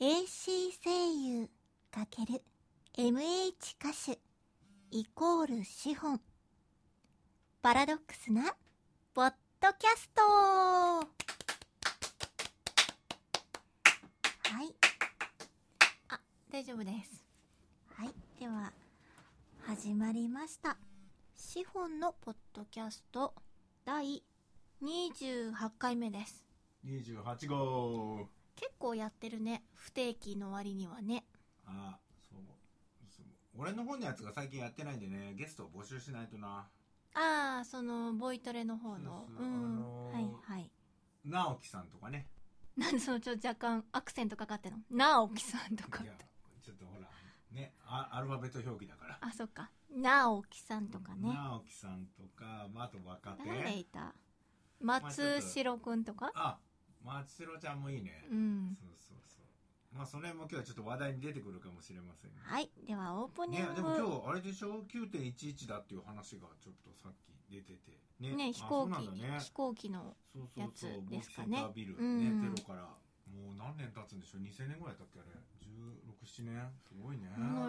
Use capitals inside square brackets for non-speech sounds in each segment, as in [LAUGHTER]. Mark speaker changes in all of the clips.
Speaker 1: AC 声優×MH 歌手イコール資本パラドックスなポッドキャストはいあ大丈夫ですはいでは始まりました資本のポッドキャスト第28回目です
Speaker 2: 28号
Speaker 1: 結構やってるね不定期の割にはね
Speaker 2: あそうそう俺の方のやつが最近やってないんでねゲストを募集しないとな
Speaker 1: ああそのボイトレの方の
Speaker 2: そうそう
Speaker 1: うん、
Speaker 2: あのー
Speaker 1: はいはい
Speaker 2: 直樹さんとかね
Speaker 1: なんでそのちょっと若干アクセントかかってんの直樹さんとかっ
Speaker 2: い
Speaker 1: て
Speaker 2: やちょっとほらねあアルファベット表記だから
Speaker 1: あそっか直樹さんとかね
Speaker 2: 直樹さんとか、まあ、あと若
Speaker 1: 誰
Speaker 2: 手
Speaker 1: いた松代くんとか
Speaker 2: あ松代ちゃんもいいね、
Speaker 1: うん
Speaker 2: そうそうそうまあそれも今日ちょっと話題に出てくるかもしれませんね
Speaker 1: はいではオープニン
Speaker 2: ね
Speaker 1: グ、
Speaker 2: でも今日あれでしょ9.11だっていう話がちょっとさっき出ててね
Speaker 1: ね
Speaker 2: あ
Speaker 1: 飛行
Speaker 2: そうなん
Speaker 1: 機、
Speaker 2: だね
Speaker 1: 飛行機の
Speaker 2: そうそうそう
Speaker 1: やつ
Speaker 2: ボ
Speaker 1: で
Speaker 2: ク
Speaker 1: す
Speaker 2: シ
Speaker 1: か
Speaker 2: ー
Speaker 1: ね
Speaker 2: タービル、
Speaker 1: うん
Speaker 2: ねテロからもう何年経つんでしょう2000年ぐらいだったっけあれ167年すごいね、
Speaker 1: もう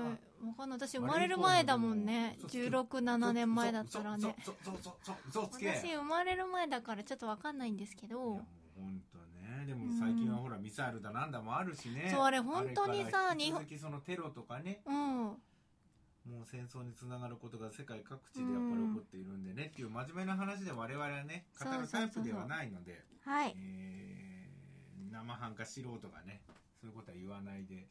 Speaker 1: わかんない私生まれる前だもんね
Speaker 2: そうそう
Speaker 1: 167年前だったらね
Speaker 2: そうそうそうそうそうそうつけいや
Speaker 1: 私生まれる前だからちょっとわかんないんですけ
Speaker 2: も
Speaker 1: ど
Speaker 2: う本当ねでも最近はほらミサイルだなんだもあるしね
Speaker 1: そうあれ本当にさ
Speaker 2: あれから引き
Speaker 1: 日本
Speaker 2: 続きそのテロとかね
Speaker 1: うん
Speaker 2: もう戦争につながることが世界各地でやっぱり起こっているんでね、っていう真面目な話で我々はね語るタイプではないので
Speaker 1: はい
Speaker 2: えー生半可素人がねそういうことは言わないで、
Speaker 1: はい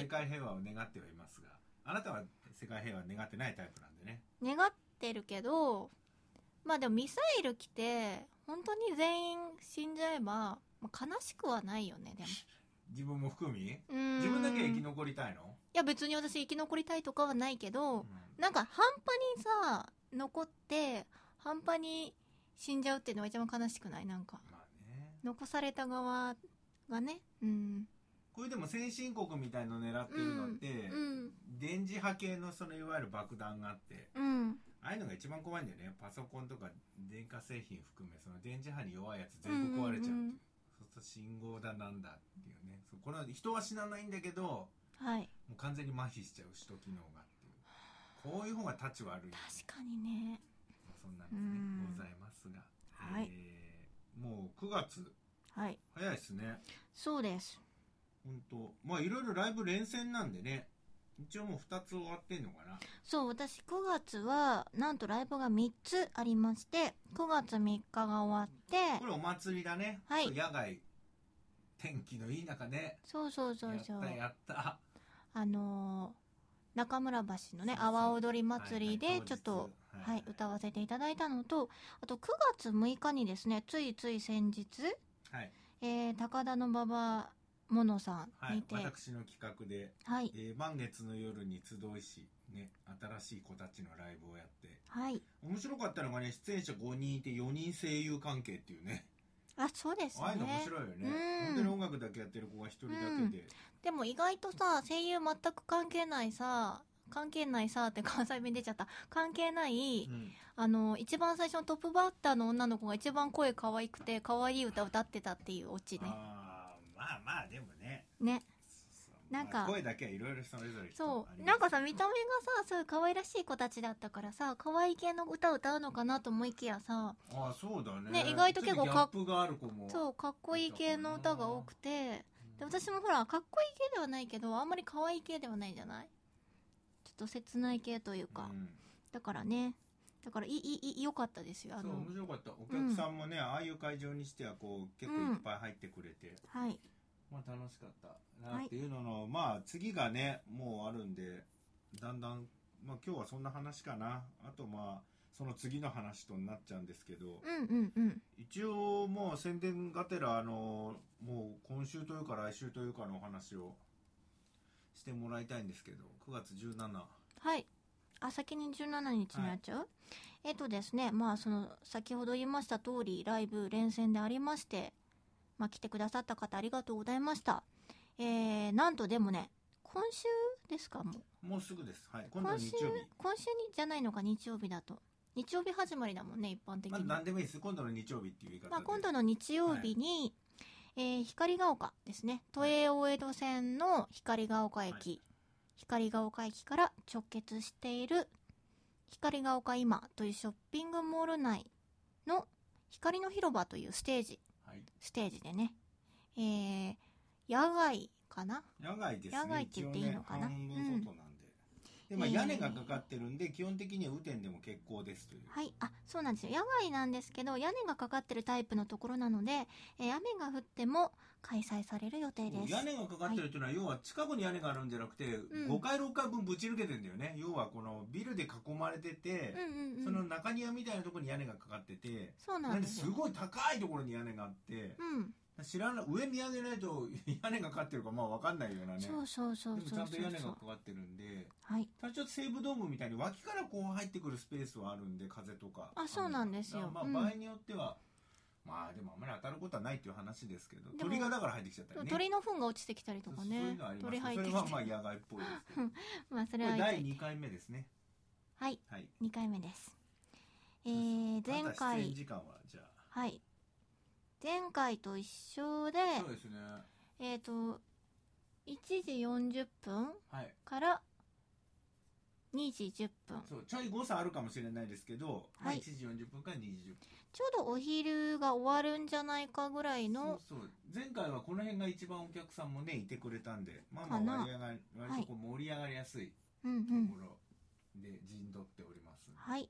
Speaker 2: 世界平和を願ってはいますがあなたは世界平和を願ってないタイプなんでね
Speaker 1: 願ってるけどまあでもミサイル来て本当に全員死んじゃえば、まあ、悲しくはないよねでも
Speaker 2: 自分も含み
Speaker 1: うーん
Speaker 2: 自分だけ生き
Speaker 1: い
Speaker 2: 残りたいの、
Speaker 1: や別に私生き残りたいとかはないけど
Speaker 2: うん
Speaker 1: なんか半端にさ残って半端に死んじゃうっていうのが一番悲しくないなんか
Speaker 2: まあね
Speaker 1: 残された側がねうん
Speaker 2: これでも先進国みたいの狙ってるのって、
Speaker 1: うん
Speaker 2: 電磁波系のそのいわゆる爆弾があって
Speaker 1: うん
Speaker 2: ああいうのが一番怖いんだよねパソコンとか電化製品含めその電磁波に弱いやつ全部壊れちゃうっていう、
Speaker 1: うんうんうん
Speaker 2: そうすると信号だなんだっていうねそうこれは人は死なないんだけど
Speaker 1: はい
Speaker 2: もう完全に麻痺しちゃう首都機能がっていうこういう方が立ち悪い
Speaker 1: 確かにね
Speaker 2: そんなのね
Speaker 1: うん
Speaker 2: ございますが、
Speaker 1: はい
Speaker 2: えーもう9月
Speaker 1: はい
Speaker 2: 早いですね
Speaker 1: そうです
Speaker 2: 本当まあいろいろライブ連戦なんでね一応もう2つ終わってんのかな
Speaker 1: そう私9月はなんとライブが3つありまして9月3日が終わって
Speaker 2: これお祭りだね、
Speaker 1: はい
Speaker 2: 野外天気のいい中ね
Speaker 1: そうそうそうそう
Speaker 2: やったやった
Speaker 1: あのー中村橋のね
Speaker 2: そうそう
Speaker 1: 阿波踊り祭り
Speaker 2: はい
Speaker 1: で
Speaker 2: はい
Speaker 1: ちょっと、
Speaker 2: 当日
Speaker 1: はい、歌わせていただいたのとあと9月6日にですねついつい先日、
Speaker 2: はい、
Speaker 1: えー高田の馬場ものさ
Speaker 2: は
Speaker 1: んに
Speaker 2: い、
Speaker 1: て、はい
Speaker 2: 私の企画で、
Speaker 1: はい
Speaker 2: えー満月の夜に集いし、ね、新しい子たちのライブをやって面白かったのがね出演者5人いて4人声優関係っていうね
Speaker 1: あそうです
Speaker 2: ああいうの面
Speaker 1: ね
Speaker 2: 白いよね
Speaker 1: うん
Speaker 2: 本当に音楽だけやってる子が1人だけで、
Speaker 1: でも意外とさ声優全く関係ないさ関係ないさって関西弁出ちゃった関係ない、
Speaker 2: うん
Speaker 1: あの一番最初のトップバッターの女の子が一番声可愛くて可愛い歌歌ってたっていうオチね
Speaker 2: あーまあまあでもね
Speaker 1: ね
Speaker 2: そうそう
Speaker 1: なんか
Speaker 2: まあ声だけはいろいろそれぞれ人
Speaker 1: そ
Speaker 2: あり
Speaker 1: う
Speaker 2: ます
Speaker 1: なんかさ見た目がさそういう可愛らしい子たちだったからさ可愛い系の歌歌うのかなと思いきやさ
Speaker 2: ああそうだね
Speaker 1: ね意外と結構
Speaker 2: ちょっギャップがある子も
Speaker 1: そうかっこいい系の歌が多くてで私もほらかっこいい系ではないけどあんまり可愛い系ではないじゃないちょっと切ない系というか、
Speaker 2: うん
Speaker 1: だからねだからいいいいい良かったですよあ
Speaker 2: そう
Speaker 1: の
Speaker 2: 面白かったお客さんもね、ああいう会場にしてはこう結構いっぱい入ってくれて、
Speaker 1: はい
Speaker 2: まあ楽しかったなっていうのの、まあ次がねもうあるんでだんだんまあ今日はそんな話かなあとまあその次の話となっちゃうんですけど
Speaker 1: うんうんうん
Speaker 2: 一応もう宣伝がてらあのもう今週というか来週というかのお話をしてもらいたいんですけど9月17
Speaker 1: はい。あ、先に17日にやっちゃう、えっとですね、まあその、先ほど言いました通り、ライブ連戦でありまして、まあ来てくださった方ありがとうございました。えー、なんとでもね、今週ですかもう。
Speaker 2: もうすぐですはい今度は
Speaker 1: 今
Speaker 2: 日
Speaker 1: 週
Speaker 2: 曜日、
Speaker 1: 今週にじゃないのか、日曜日だと。日曜日始まりだもんね、一般的
Speaker 2: まあ
Speaker 1: に。
Speaker 2: 何でもいいです今度の日曜日っていう言い方で、
Speaker 1: まあ今度の日曜日に、えー光が丘ですね都営大江戸線の光が丘駅、
Speaker 2: はい
Speaker 1: 光が丘駅から直結している光が丘今というショッピングモール内の光の広場というステージ
Speaker 2: はい、
Speaker 1: ステージでねえー野外かな
Speaker 2: 野外ですね
Speaker 1: 野外って言っていいのかな
Speaker 2: 一応ね、半分外なんで,、でまあ、
Speaker 1: えー
Speaker 2: 屋根がかかってるんで基本的には雨天でも結構ですという、
Speaker 1: はい、あそうなんですよ野外なんですけど屋根がかかってるタイプのところなので、えー雨が降っても開催される予定です
Speaker 2: 屋根がかかってるというのは、要は近くに屋根があるんじゃなくて、
Speaker 1: ん
Speaker 2: 5回6回分ぶち抜けてんだよね要はこのビルで囲まれてて、
Speaker 1: うんうんうん、
Speaker 2: その中庭みたいなところに屋根がかかってて、
Speaker 1: そうな
Speaker 2: なん
Speaker 1: ん
Speaker 2: で
Speaker 1: です
Speaker 2: す
Speaker 1: よ
Speaker 2: ごい高いところに屋根があって、
Speaker 1: うん、
Speaker 2: 知らない上見上げないと屋根がかかってるかまあ分かんないようなね
Speaker 1: そうそうそう
Speaker 2: でも
Speaker 1: そう
Speaker 2: ち
Speaker 1: そ
Speaker 2: ゃ
Speaker 1: うん
Speaker 2: と屋根がかかってるんで
Speaker 1: はい
Speaker 2: ただちょっと西武ドームみたいに脇からこう入ってくるスペースはあるんで風とか
Speaker 1: あそうなんですよ
Speaker 2: だから
Speaker 1: うん
Speaker 2: まあ場合によっては、まあでもあんまり当たることはないっていう話ですけど
Speaker 1: でも
Speaker 2: 鳥がだから入ってきちゃったりね
Speaker 1: 鳥の糞が落ちてきたりとか
Speaker 2: そういう
Speaker 1: ね
Speaker 2: のあり
Speaker 1: 鳥
Speaker 2: ま
Speaker 1: 入
Speaker 2: す
Speaker 1: っ
Speaker 2: そ
Speaker 1: て
Speaker 2: れ
Speaker 1: き
Speaker 2: は
Speaker 1: た
Speaker 2: まあ
Speaker 1: り
Speaker 2: 野外っぽいですけど
Speaker 1: まあそ
Speaker 2: こ
Speaker 1: れ
Speaker 2: れ
Speaker 1: は
Speaker 2: 第2回目ですね
Speaker 1: はい
Speaker 2: はい
Speaker 1: 2回目ですえ
Speaker 2: そう
Speaker 1: ー、
Speaker 2: そう
Speaker 1: 前
Speaker 2: あなた出演
Speaker 1: 回
Speaker 2: 時間はじゃ
Speaker 1: はい前回と一緒で
Speaker 2: あそうですね
Speaker 1: えっ、と1時40分
Speaker 2: はい
Speaker 1: から2時10分
Speaker 2: そうちょい誤差あるかもしれないですけど、まあ
Speaker 1: はい
Speaker 2: 1時40分から2時10分
Speaker 1: ちょうどお昼が終わるんじゃないかぐらいの
Speaker 2: そうそう前回はこの辺が一番お客さんもねいてくれたんでまあまあ
Speaker 1: かな
Speaker 2: 割り上がり割とこう盛り上がりやすい
Speaker 1: うんう
Speaker 2: と
Speaker 1: ん
Speaker 2: ころで陣取っておりますんで、
Speaker 1: はい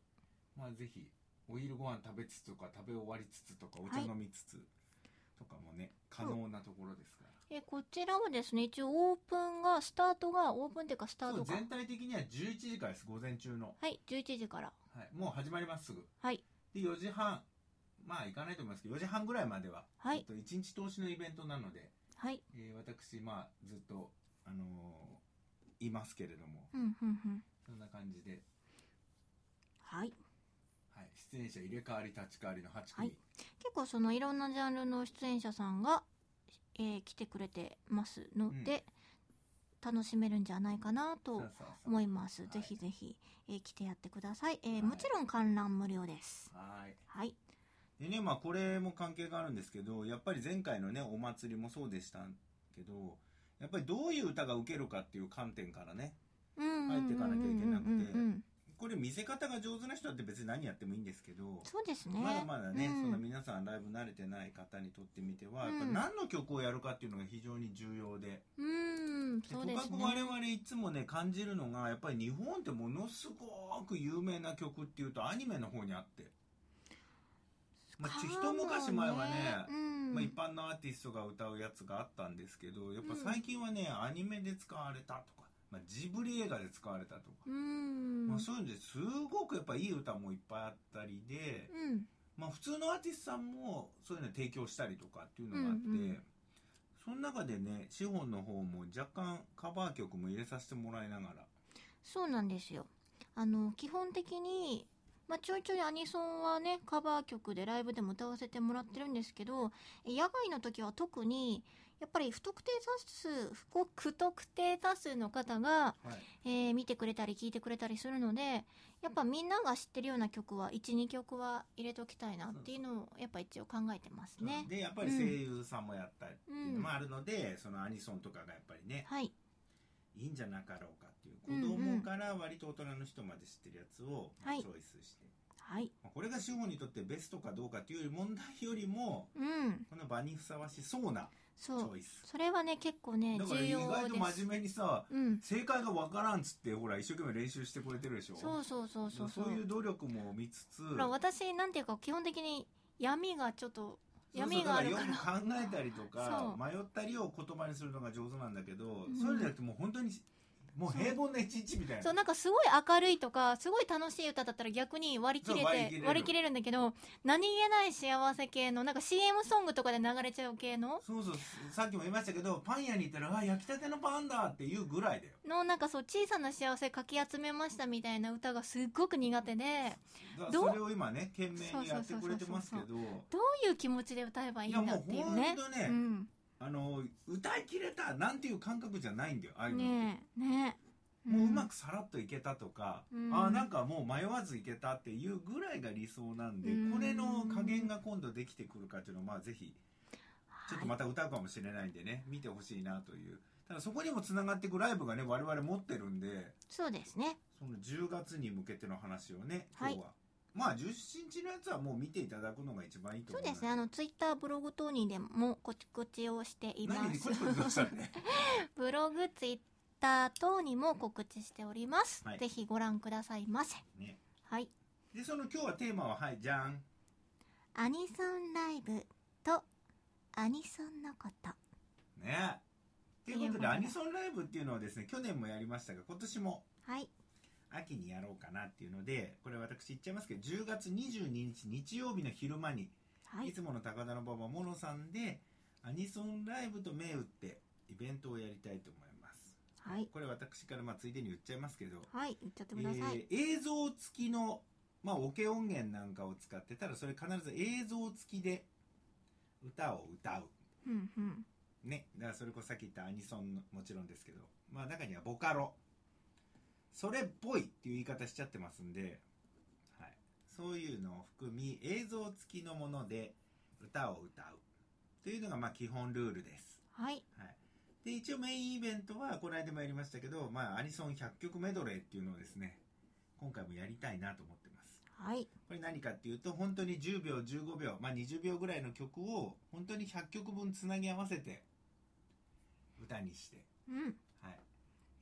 Speaker 2: まあぜひお昼ご飯食べつつとか食べ終わりつつとかお茶
Speaker 1: はい
Speaker 2: 飲みつつとかもね可能なところですから、
Speaker 1: えこちらはですね一応オープンがスタートがオープンっていうかスター
Speaker 2: そ
Speaker 1: ト
Speaker 2: う
Speaker 1: が
Speaker 2: 全体的には11時からです午前中の、
Speaker 1: はい11時から
Speaker 2: はい、もう始まりますすぐ
Speaker 1: はい
Speaker 2: で4時半まあ行かないと思いますけど4時半ぐらいまでは、
Speaker 1: はい
Speaker 2: えっと一日通しのイベントなので
Speaker 1: はい
Speaker 2: えー私、まあ、ずっと、あのーいますけれども、
Speaker 1: うんうんうん
Speaker 2: そんな感じで、
Speaker 1: はい
Speaker 2: はい、出演者入れ替わり立ち替わりの8
Speaker 1: は
Speaker 2: 組
Speaker 1: い、結構そのいろんなジャンルの出演者さんが、えー来てくれてますので、楽しめるんじゃないかなと
Speaker 2: さあさあさ
Speaker 1: 思います、
Speaker 2: はい
Speaker 1: ぜひぜひ、えー来てやってください、えー
Speaker 2: はい
Speaker 1: もちろん観覧無料です
Speaker 2: あはい
Speaker 1: はい
Speaker 2: でね、まあ、これも関係があるんですけどやっぱり前回のねお祭りもそうでしたけどやっぱりどういう歌が受けるかっていう観点からね
Speaker 1: 入
Speaker 2: 入ってかなきゃいけなくて
Speaker 1: うん
Speaker 2: これ見せ方が上手な人だって別に何やってもいいんですけど、
Speaker 1: そうですね
Speaker 2: まだまだね、
Speaker 1: うん
Speaker 2: その皆さんライブ慣れてない方にとってみては、
Speaker 1: うん
Speaker 2: やっぱ何の曲をやるかっていうのが非常に重要で、
Speaker 1: うん
Speaker 2: で
Speaker 1: そうです
Speaker 2: 僕は我
Speaker 1: ね
Speaker 2: 々いつもね感じるのがやっぱり日本ってものすごく有名な曲っていうとアニメの方にあって、まあ、ち一昔前はね、
Speaker 1: うん
Speaker 2: まあ、一般のアーティストが歌うやつがあったんですけどやっぱ最近はね、アニメで使われたとか、まあ、ジブリ映画で使われたとか、
Speaker 1: うん
Speaker 2: まあ、そういうのですごくやっぱいい歌もいっぱいあったりで、
Speaker 1: うん
Speaker 2: まあ、普通のアーティストさんもそういうの提供したりとかっていうのがあって、
Speaker 1: うんうん
Speaker 2: その中でね資本の方も若干カバー曲も入れさせてもらいながら。
Speaker 1: そうなんですよあの基本的にまあ、ちょいちょいアニソンはねカバー曲でライブでも歌わせてもらってるんですけどえ野外の時は特にやっぱり不特定多数不こ不特定多数の方が、
Speaker 2: は
Speaker 1: え
Speaker 2: い
Speaker 1: ー見てくれたり聞いてくれたりするのでやっぱみんなが知ってるような曲は12曲は入れときたいなっていうのをやっぱ一応考えてますね。
Speaker 2: でやっぱり声優さんもやったりっていう
Speaker 1: う
Speaker 2: の
Speaker 1: ん
Speaker 2: もあるので、そのアニソンとかがやっぱりね
Speaker 1: はい、
Speaker 2: いいんじゃなかろうかっていう
Speaker 1: うん
Speaker 2: 子供から割と大人の人まで知ってるやつをチ
Speaker 1: はい
Speaker 2: ョイスして、
Speaker 1: はい、
Speaker 2: まあこれが資本にとってベストかどうかっていうより問題よりも
Speaker 1: うん、
Speaker 2: この場にふさわしそうなチ
Speaker 1: そう
Speaker 2: ョイス
Speaker 1: それはね結構ね
Speaker 2: だから
Speaker 1: 重
Speaker 2: 意
Speaker 1: 要
Speaker 2: 外と
Speaker 1: で
Speaker 2: 真
Speaker 1: す。
Speaker 2: 面目にさ
Speaker 1: うん、
Speaker 2: 正解がわからんっつってほら一生懸命練習してくれてるでしょ
Speaker 1: そうそうそうそうそう。
Speaker 2: いう努力も見つつ
Speaker 1: ほら私なんていうか基本的に闇がちょっと
Speaker 2: そう
Speaker 1: 闇があるから
Speaker 2: そうだらよく考えたりとか
Speaker 1: そ
Speaker 2: 迷ったりを言葉にするのが上手なんだけど、
Speaker 1: うん
Speaker 2: それじゃなくてもう本当にもう平凡な一日みたいな
Speaker 1: そうなんかすごい明るいとかすごい楽しい歌だったら逆に割り切れて
Speaker 2: そう割
Speaker 1: 割
Speaker 2: り切れ
Speaker 1: り
Speaker 2: る
Speaker 1: 切れるんだけど何気ない幸せ系のなんか CM ソングとかで流れちゃう系の
Speaker 2: そうそうさっきも言いましたけどパン屋に行ったら「あ焼きたてのパンだ」っていうぐらいだよ
Speaker 1: のなんかそう小さな幸せかき集めましたみたいな歌がすっごく苦手で
Speaker 2: だ
Speaker 1: どう
Speaker 2: それを今ね懸命にやってくれてますけ
Speaker 1: そう
Speaker 2: ど
Speaker 1: どういう気持ちで歌えばいい
Speaker 2: い
Speaker 1: ん
Speaker 2: や
Speaker 1: だ
Speaker 2: も
Speaker 1: っ
Speaker 2: う
Speaker 1: ていう
Speaker 2: ほん
Speaker 1: ね。
Speaker 2: と
Speaker 1: う
Speaker 2: ね
Speaker 1: ん、
Speaker 2: あの歌い切れたなんていう感覚じゃないんだよああいうのって、
Speaker 1: ねえねえ
Speaker 2: もううま
Speaker 1: く
Speaker 2: くさらっといけたとか、
Speaker 1: うん
Speaker 2: ああなんかもう迷わずいけたっていうぐらいが理想なんで、
Speaker 1: うん
Speaker 2: これの加減が今度できてくるかっていうのはまあぜひちょっとまた歌うかもしれないんでね、見てほしいなという。ただそこにも繋がっていくライブがね、我々持ってるんで、
Speaker 1: そうですね。
Speaker 2: その10月に向けての話をね、今
Speaker 1: はい
Speaker 2: 日は。まあ17日のやつはもう見ていただくのが一番いいと
Speaker 1: そう
Speaker 2: 思いま。
Speaker 1: ですすね。あの、ツイッター、ブログ等にでも告知をしていま
Speaker 2: 何に
Speaker 1: す
Speaker 2: こ。れこれどうしたの
Speaker 1: [LAUGHS]
Speaker 2: ね。
Speaker 1: ブログ、ツイッター等にも告知しております。
Speaker 2: はい
Speaker 1: ぜひご覧くださいませ。
Speaker 2: ね。
Speaker 1: はい。
Speaker 2: で、その今日はテーマは、はい、じゃん。
Speaker 1: アニソンライブとアニソンのこと。
Speaker 2: ね。という
Speaker 1: と
Speaker 2: こと
Speaker 1: いうことで
Speaker 2: で、アニソンライブっていうのはですね、去年もやりましたが、今年も
Speaker 1: はい。
Speaker 2: 秋にやろうかなっていうので、これ私言っちゃいますけど、10月22日日曜日の昼間に、
Speaker 1: はいい。
Speaker 2: つもの高田の馬場ものさんで、アニソンライブと銘打って、イベントをやりたいと思います。
Speaker 1: はい。
Speaker 2: これ私からまあついでに言っちゃいますけど、
Speaker 1: はい。言っちゃってください。
Speaker 2: えー映像付きの、まあ、オケ音源なんかを使って、ただそれ必ず映像付きで歌を歌う。
Speaker 1: うんうん。
Speaker 2: ね、だからそれこそさっき言ったアニソンのもちろんですけど、まあ中にはボカロ、それっぽいっていう言い方しちゃってますんで、はい、そういうのを含み映像付きのもので歌を歌うというのがまあ基本ルールです。
Speaker 1: はい。
Speaker 2: はい、で一応メインイベントはこの間もやりましたけど、まあ、アニソン100曲メドレーっていうのをですね今回もやりたいなと思ってます。
Speaker 1: はい。
Speaker 2: これ何かっていうと本当に10秒15秒、まあ、20秒ぐらいの曲を本当に100曲分つなぎ合わせて歌にして、
Speaker 1: うん。
Speaker 2: はい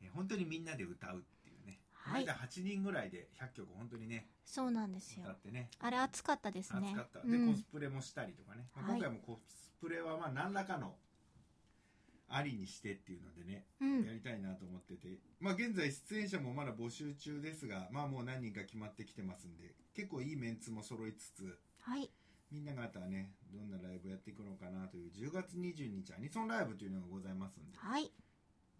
Speaker 2: えー本当にみんなで歌うっていうね、
Speaker 1: はい
Speaker 2: この間8人ぐらいで100曲本当にね
Speaker 1: そうなんですよ
Speaker 2: 歌。ってね
Speaker 1: あれ暑かったですね。
Speaker 2: 暑かった、
Speaker 1: う
Speaker 2: でコス
Speaker 1: ん。
Speaker 2: プレもしたりとかね、まあ
Speaker 1: はい
Speaker 2: 今回もコスプレはまあ何らかのありにしてっていうのでね
Speaker 1: う
Speaker 2: や
Speaker 1: ん。
Speaker 2: りたいなと思ってて、まあ現在出演者もまだ募集中ですがまあもう何人か決まってきてますんで結構いいメンツも揃いつつ、
Speaker 1: はい。
Speaker 2: みんながあとはね、どんなライブやっていくのかなという、10月22日、アニソンライブというのがございますんで。
Speaker 1: はい。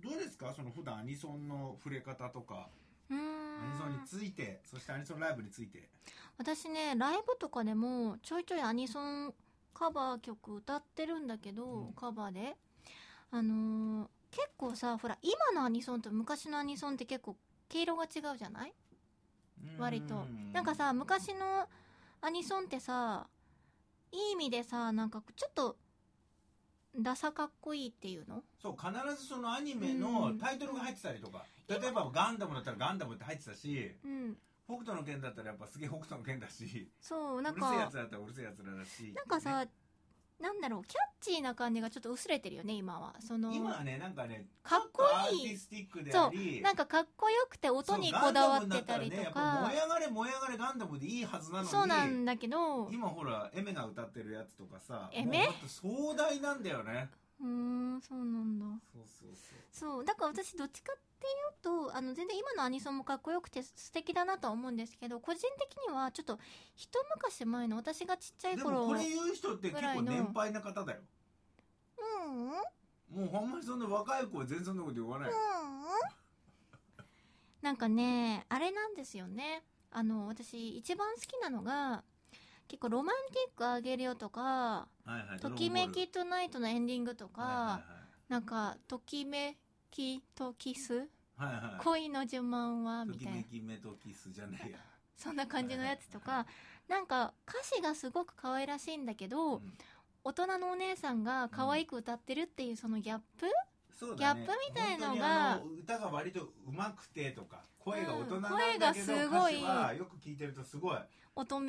Speaker 2: どうですかその普段アニソンの触れ方とか、
Speaker 1: うー
Speaker 2: アニソンに
Speaker 1: ん。
Speaker 2: ついて、そしてアニソンライブについて。
Speaker 1: 私ね、ライブとかでもちょいちょいアニソンカバー曲歌ってるんだけど、
Speaker 2: うん
Speaker 1: カバーで。あのー結構さ、ほら、今のアニソンと昔のアニソンって結構毛色が違うじゃない割となんかさ、昔のアニソンってさ、いい意味でさ、なんかちょっと、ダサかっこいいっていうの
Speaker 2: そう、必ずそのアニメの
Speaker 1: うん
Speaker 2: タイトルが入ってたりとか、
Speaker 1: 今
Speaker 2: 例えばガンダムだったらガンダムって入ってたし、
Speaker 1: うん。
Speaker 2: 北斗の拳だったらやっぱすげえ北斗の拳だし、
Speaker 1: そう、
Speaker 2: う
Speaker 1: なん
Speaker 2: るせえや
Speaker 1: か
Speaker 2: つ、だったらうるせえやつらだし。
Speaker 1: なんか
Speaker 2: ね
Speaker 1: さ、なんだろう、キャッチーな感じがちょっと薄れてるよね、今は。その、
Speaker 2: 今はね、なんかね、
Speaker 1: かっこいい
Speaker 2: ちょとアーティスティックであり、
Speaker 1: なんかかっこよくて音にこだわってたりと
Speaker 2: そうガンダムだったらねやっぱ
Speaker 1: か
Speaker 2: 燃え、上がれ燃え上がれガンダムでいいはずなのに
Speaker 1: そうなんだけど、う
Speaker 2: 今ほらエメが歌ってるやつとかさ
Speaker 1: エメ
Speaker 2: もうほんと壮大なんだよね
Speaker 1: ーん、そうなんだ。
Speaker 2: そうそうそ
Speaker 1: そう、だから私どっちかっていうと、あの全然今のアニソンもかっこよくて素敵だなとは思うんですけど、個人的にはちょっと一昔前の私がちっちゃ
Speaker 2: う
Speaker 1: い
Speaker 2: でも
Speaker 1: 頃、
Speaker 2: こ
Speaker 1: うん
Speaker 2: れ言う人って結構年配な方だよ
Speaker 1: うん、うん、
Speaker 2: もうほんまにそんな若い子は全然そんなこと言わない、
Speaker 1: なんかね、あれなんですよね。あの、私一番好きなのが、結構ロマンティックあげるよとか、
Speaker 2: はいはい
Speaker 1: ときめきト
Speaker 2: と
Speaker 1: ゥナイトのエンディングとか、なんか、ときめきとキス、
Speaker 2: はいはいはい
Speaker 1: 恋の呪文は、
Speaker 2: と
Speaker 1: み
Speaker 2: き
Speaker 1: たい
Speaker 2: め
Speaker 1: な。
Speaker 2: きメとキスじゃないや
Speaker 1: そんな感じのやつと
Speaker 2: はいは
Speaker 1: か、なんか歌詞がすごく可愛らしいんだけど、
Speaker 2: うん
Speaker 1: 大人のお姉さんが可愛く歌ってるっていうそのギャップ、
Speaker 2: そうだね
Speaker 1: ギャップみたいのが
Speaker 2: 本当にあの歌が割と上手くてとか声が大人なんだけど、
Speaker 1: うん声がすごい
Speaker 2: 歌詞はよく聞いてるとすごい
Speaker 1: 乙
Speaker 2: [LAUGHS]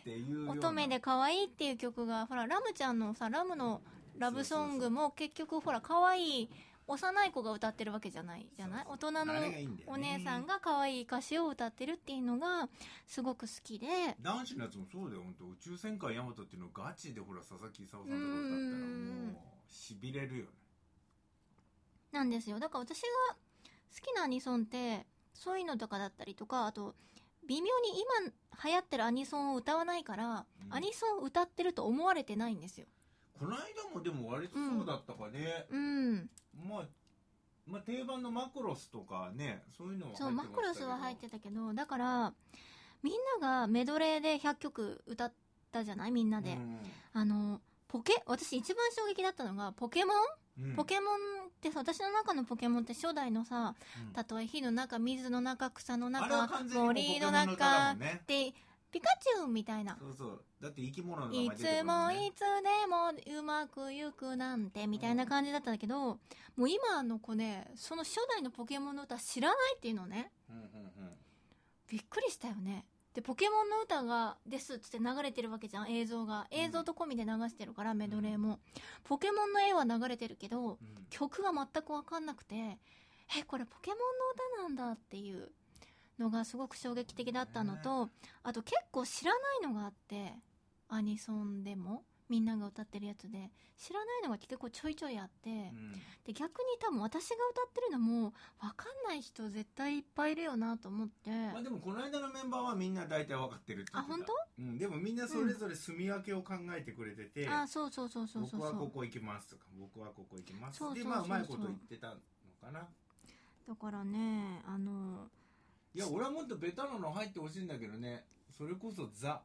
Speaker 1: 女
Speaker 2: ーっていうような
Speaker 1: 乙女で可愛いっていう曲がほらラムちゃんのさラムのラブソングも結局ほら可愛い幼い子が歌ってるわけじゃないじゃない
Speaker 2: そう
Speaker 1: 大
Speaker 2: そ
Speaker 1: 人
Speaker 2: う
Speaker 1: の
Speaker 2: あれがいいんだよね
Speaker 1: お姉さんが可愛い歌詞を歌ってるっていうのがすごく好きで
Speaker 2: 男子のやつもそうだよ本当宇宙戦艦ヤマトっていうのをガチでほら佐々木功さんとか歌ったら
Speaker 1: う
Speaker 2: も
Speaker 1: ん
Speaker 2: うしびれるよね
Speaker 1: なんですよだから私が好きなアニソンってそういうのとかだったりとかあと微妙に今流行ってるアニソンを歌わないから、
Speaker 2: うん
Speaker 1: アニソンを歌ってると思われてないんですよ
Speaker 2: この間もでも割とそうだったかね、
Speaker 1: うん
Speaker 2: まあまあ定番のマクロスとかねそういうのは
Speaker 1: そうマクロスは入って
Speaker 2: る
Speaker 1: たけどだからみんながメドレーで100曲歌ったじゃないみんなで、あのポケ私一番衝撃だったのがポケモン、ポケモンってさ私の中のポケモンって初代のさたとえ火の中水の中草の
Speaker 2: あれは
Speaker 1: 中
Speaker 2: 完全にもう
Speaker 1: 森の
Speaker 2: ポケモンの歌だ
Speaker 1: 中
Speaker 2: もんね
Speaker 1: ってピカチュウみたいな。
Speaker 2: そうそうだって生き物の名
Speaker 1: い
Speaker 2: 前出て
Speaker 1: つ
Speaker 2: くるもん
Speaker 1: も
Speaker 2: ね
Speaker 1: いつでもうまくゆくなんてみたいな感じだったんだけど、もう今の子ね、その初代のポケモンの歌知らないっていうのね、
Speaker 2: うんうんうん
Speaker 1: びっくりしたよね。で、ポケモンの歌がですっつって流れてるわけじゃん、映像が。映像と込みで流してるから、メドレーも。ポケモンの絵は流れてるけど、
Speaker 2: うん
Speaker 1: 曲が全くわかんなくて、え、これポケモンの歌なんだっていうのがすごく衝撃的だったのと、あと結構知らないのがあって、アニソンでもみんなが歌ってるやつで、知らないのが結構ちょいちょいあって、
Speaker 2: うん
Speaker 1: で逆に多分私が歌ってるのもわかんない人絶対いっぱいいるよなと思って、
Speaker 2: まあでもこの間のメンバーはみんな大体分かってるって言ってた
Speaker 1: あ本当
Speaker 2: うん、でもみんなそれぞれ住み分けを考えてくれてて、
Speaker 1: あそうそうそうそうそう
Speaker 2: 僕は
Speaker 1: そ
Speaker 2: こ
Speaker 1: う
Speaker 2: こ行きますとか僕はここ行きます
Speaker 1: そうそう
Speaker 2: でま
Speaker 1: そう
Speaker 2: あ
Speaker 1: うそう
Speaker 2: まいこと言ってたのかな
Speaker 1: だからねあの
Speaker 2: いや俺はもっとベタなの入ってほしいんだけどねそれこそザ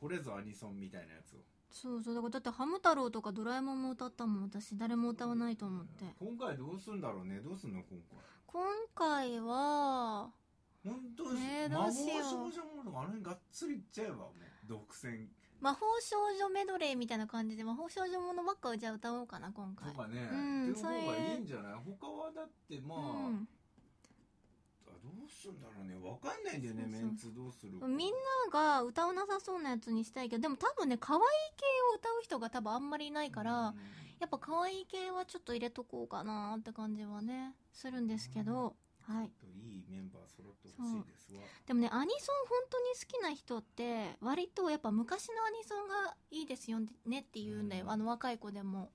Speaker 2: これぞアニソンみたいなやつを
Speaker 1: そうそうだからだって「ハム太郎」とか「ドラえもん」も歌ったもん私誰も歌わないと思って
Speaker 2: 今回どうすんだろうねどうすんの今回
Speaker 1: 今回は
Speaker 2: 本当に、
Speaker 1: ねえ
Speaker 2: 魔
Speaker 1: ど
Speaker 2: 法
Speaker 1: うし
Speaker 2: 少
Speaker 1: よう
Speaker 2: 女ものとかあの辺がっつりいっちゃえばもう独占
Speaker 1: 魔法少女メドレーみたいな感じで魔法少女ものばっかじゃあ歌おうかな今回
Speaker 2: とかね、
Speaker 1: うん
Speaker 2: っていう方がいいんじゃない他はだってまあ、
Speaker 1: うん
Speaker 2: あどうすんだろうねわかんないんだよね
Speaker 1: そうそう
Speaker 2: メンツどうするか
Speaker 1: みんなが歌わなさそうなやつにしたいけどでも多分ね可愛い系を歌う人が多分あんまりいないから、
Speaker 2: うん
Speaker 1: やっぱ可愛い系はちょっと入れとこうかなって感じはねするんですけど、はい
Speaker 2: ちょっといいメンバー揃ってほしいですわ
Speaker 1: でもねアニソン本当に好きな人って割とやっぱ昔のアニソンがいいですよねっていうんだよ、
Speaker 2: うん
Speaker 1: あの若い子でも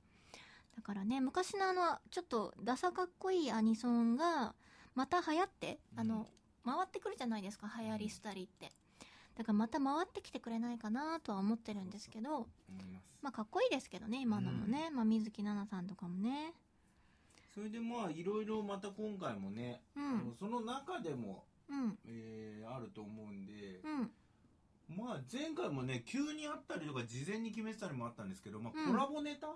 Speaker 1: だからね昔のあのちょっとダサかっこいいアニソンがまた流行って、
Speaker 2: うん
Speaker 1: あの回ってくるじゃないですか流行り廃りってだからまた回ってきてくれないかなとは思ってるんですけど、
Speaker 2: 思います、
Speaker 1: まあかっこいいですけどね今のもね、まあ水木奈々さんとかもね
Speaker 2: それでまあいろいろまた今回もね、
Speaker 1: うん
Speaker 2: その中でも、
Speaker 1: うん
Speaker 2: えーあると思うんで、
Speaker 1: うん
Speaker 2: まあ前回もね急にあったりとか事前に決めてたりもあったんですけど、ま
Speaker 1: う
Speaker 2: あ、
Speaker 1: ん
Speaker 2: コラボネタ、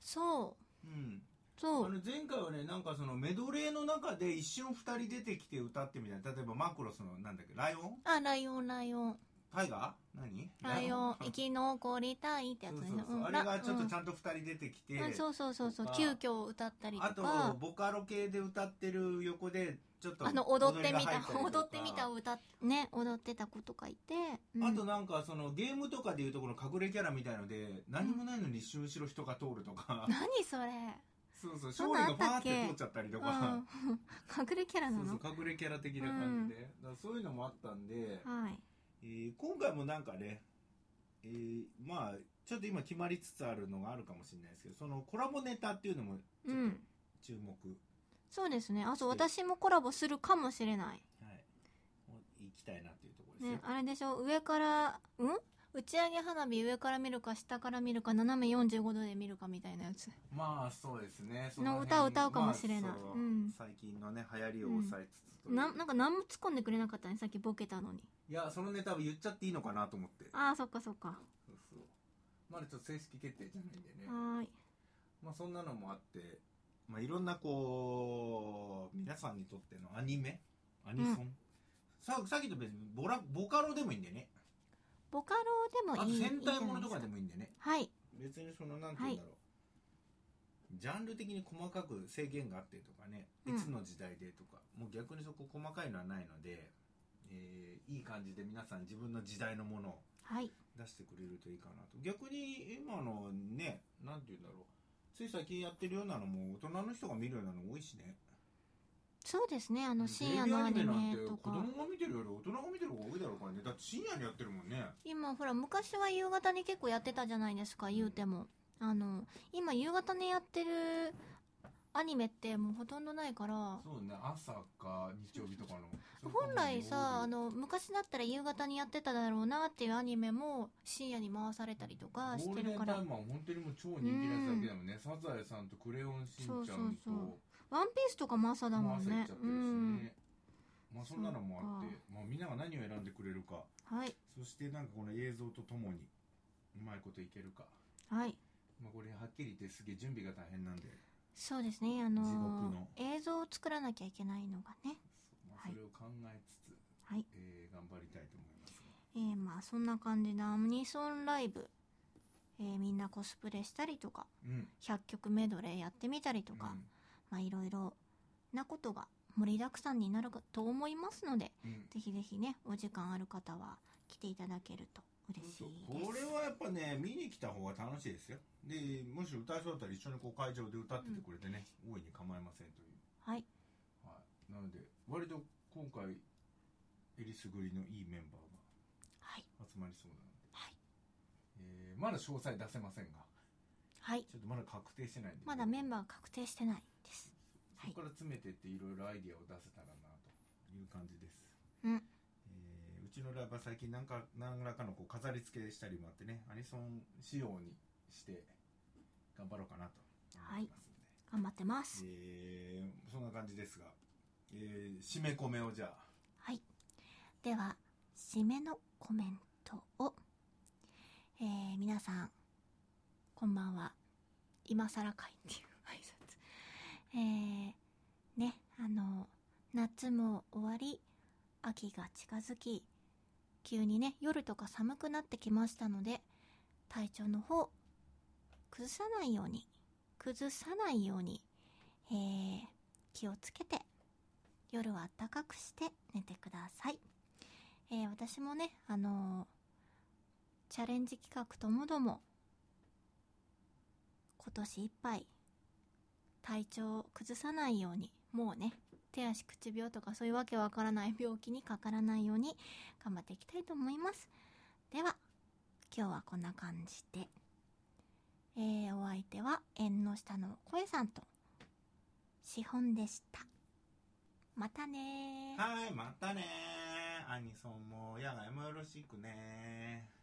Speaker 1: そう
Speaker 2: うん
Speaker 1: そ
Speaker 2: あ
Speaker 1: う
Speaker 2: の前回はねなんかそのメドレーの中で一瞬2人出てきて歌ってみたいな例えばマクロスのなんだっけライオン
Speaker 1: あライオンライオン
Speaker 2: タイガー何
Speaker 1: ライオン
Speaker 2: そ
Speaker 1: 生
Speaker 2: う
Speaker 1: き残りたいってやつ
Speaker 2: そう
Speaker 1: です
Speaker 2: そう
Speaker 1: ねうん
Speaker 2: あれがちょっとちゃんと2人出てきて、
Speaker 1: うんうんそうそうそうそう
Speaker 2: とか
Speaker 1: 急遽歌ったりと
Speaker 2: あと
Speaker 1: か
Speaker 2: ボカロ系で歌ってる横でちょっと
Speaker 1: あの踊ってみ
Speaker 2: りが
Speaker 1: た
Speaker 2: 入りとか
Speaker 1: 踊ってみたを歌っね踊ってた子とかいて、うん
Speaker 2: あとなんかそのゲームとかでいうとこの隠れキャラみたいので何もないのに一瞬後ろ人が通ると
Speaker 1: [LAUGHS]
Speaker 2: か、
Speaker 1: 何それ、
Speaker 2: そうそう
Speaker 1: そんな
Speaker 2: 勝利
Speaker 1: んあ
Speaker 2: が
Speaker 1: っ
Speaker 2: パ
Speaker 1: た
Speaker 2: ー
Speaker 1: っ
Speaker 2: っ
Speaker 1: け
Speaker 2: て通っちゃったり
Speaker 1: う
Speaker 2: と
Speaker 1: ん、 [LAUGHS]
Speaker 2: か、
Speaker 1: 隠れキャラなの
Speaker 2: そうそう隠れキャラ的な感じで、だからそういうのもあったんで、
Speaker 1: はい
Speaker 2: えー今回もなんかね、えーまあちょっと今決まりつつあるのがあるかもしれないですけどそのコラボネタっていうのもち
Speaker 1: う
Speaker 2: ょっと
Speaker 1: ん
Speaker 2: 注目、
Speaker 1: そうですねあそう私もコラボするかもしれない
Speaker 2: はい行きたいなっていうところですよ、
Speaker 1: ねあれでしょ上からうん打ち上げ花火上から見るか下から見るか斜め45度で見るかみたいなやつ
Speaker 2: まあそうですね
Speaker 1: の
Speaker 2: 辺
Speaker 1: 歌を歌うかもしれない
Speaker 2: まあそう
Speaker 1: うん
Speaker 2: 最近のね流行りを抑えつつという
Speaker 1: ななんか何も突っ込んでくれなかったねさっきボケたのに
Speaker 2: いやそのネタを言っちゃっていいのかなと思って
Speaker 1: ああそっかそっか
Speaker 2: そうそうまだちょっと正式決定じゃないんでね、
Speaker 1: はーい
Speaker 2: まあそんなのもあってまあいろんなこう皆さんにとってのアニメアニソン、ささっきと別にボラボカロでもいいんでね
Speaker 1: ボカロ
Speaker 2: あ
Speaker 1: で
Speaker 2: と
Speaker 1: もいい
Speaker 2: 戦隊もの
Speaker 1: い
Speaker 2: と
Speaker 1: いじゃないで
Speaker 2: かですもいいんでね
Speaker 1: はい
Speaker 2: 別にそのなんて言うんだろう、ジャンル的に細かく制限があってとかねい
Speaker 1: うん
Speaker 2: つの時代でとか、もう逆にそこ細かいのはないので、えーいい感じで皆さん自分の時代のものを
Speaker 1: はい
Speaker 2: 出してくれるといいかなと逆に今のねなんて言うんだろうつい最近やってるようなのも大人の人が見るようなの多いしね
Speaker 1: そうですねあの深夜
Speaker 2: テレビ
Speaker 1: のアニメ
Speaker 2: なん
Speaker 1: と
Speaker 2: て子
Speaker 1: か
Speaker 2: 供が見てるより大人が見てる方が多いだろうからねだって深夜にやってるもんね
Speaker 1: 今ほら昔は夕方に結構やってたじゃないですか言うてもあの今夕方にやってるアニメってもうほとんどないから
Speaker 2: そうね朝か日曜日とかの
Speaker 1: 本来さあ
Speaker 2: の
Speaker 1: の昔だったら夕方にやってただろうなっていうアニメも深夜に回されたりとかしてるから
Speaker 2: ゴールデンタイムは本当にもう超人気なやつだけだもんね、サザエさんとクレヨンしんちゃんと
Speaker 1: そうそうそう「ワンピースとかも朝だ
Speaker 2: も
Speaker 1: も
Speaker 2: う朝
Speaker 1: ん
Speaker 2: 行っ
Speaker 1: ね
Speaker 2: ちゃって
Speaker 1: う
Speaker 2: るし
Speaker 1: ん
Speaker 2: ね、まあそんなのもあって
Speaker 1: そ
Speaker 2: まあ、みんなが何を選んでくれるか
Speaker 1: はい
Speaker 2: そしてなんかこの映像とともにうまいこといけるか、
Speaker 1: はい
Speaker 2: まあ、これはっきり言ってすげえ準備が大変なんで、
Speaker 1: そうですねあ
Speaker 2: 地
Speaker 1: の
Speaker 2: 獄の
Speaker 1: 映像を作らなきゃいけないのがね
Speaker 2: そうま
Speaker 1: は
Speaker 2: あ
Speaker 1: い
Speaker 2: それを考えつつ、
Speaker 1: はい
Speaker 2: えー頑張りたいと思います
Speaker 1: えーまあそんな感じでアニソンライブ、えーみんなコスプレしたりとか
Speaker 2: うん
Speaker 1: 100曲メドレーやってみたりとか、まあいろいろなことが盛りだくさんになるかと思いますので
Speaker 2: うんうん
Speaker 1: ぜひぜひねお時間ある方は来ていただけると嬉しいです
Speaker 2: これはやっぱね見に来た方が楽しいですよでもし歌いそうだったら一緒にこう会場で歌っててくれてね、大いに構いませんという
Speaker 1: はい
Speaker 2: はい、なので割と今回えりすぐりのいいメンバー
Speaker 1: はい
Speaker 2: が集まりそうなので、
Speaker 1: はい
Speaker 2: えーまだ詳細出せませんが
Speaker 1: はい
Speaker 2: ちょっとまだ確定してないんで
Speaker 1: まだメン
Speaker 2: バー
Speaker 1: バー確定してないです
Speaker 2: そこから詰めてっていろいろアイディアを出せたらなという感じです
Speaker 1: うん
Speaker 2: えーうちのライブは最近なんか何らかのこう飾り付けしたりもあってねアニソン仕様にして頑張ろうかなと思いますんで、
Speaker 1: 頑張ってます
Speaker 2: えーそんな感じですが、えー締め込めをじゃあ
Speaker 1: はいでは締めのコメントをえー皆さんこんばんは今更かいっていう挨拶えーねあの夏も終わり秋が近づき急にね夜とか寒くなってきましたので体調の方崩さないように崩さないように、えー気をつけて夜は暖かくして寝てください、えー私もねあのーチャレンジ企画ともども今年いっぱい体調を崩さないようにもうね手足口病とかそういうわけわからない病気にかからないように頑張っていきたいと思いますでは今日はこんな感じで、えーお相手は縁の下の声さんと資本でしたまたねー
Speaker 2: はい、またねー。アニソンも野外もよろしくねー。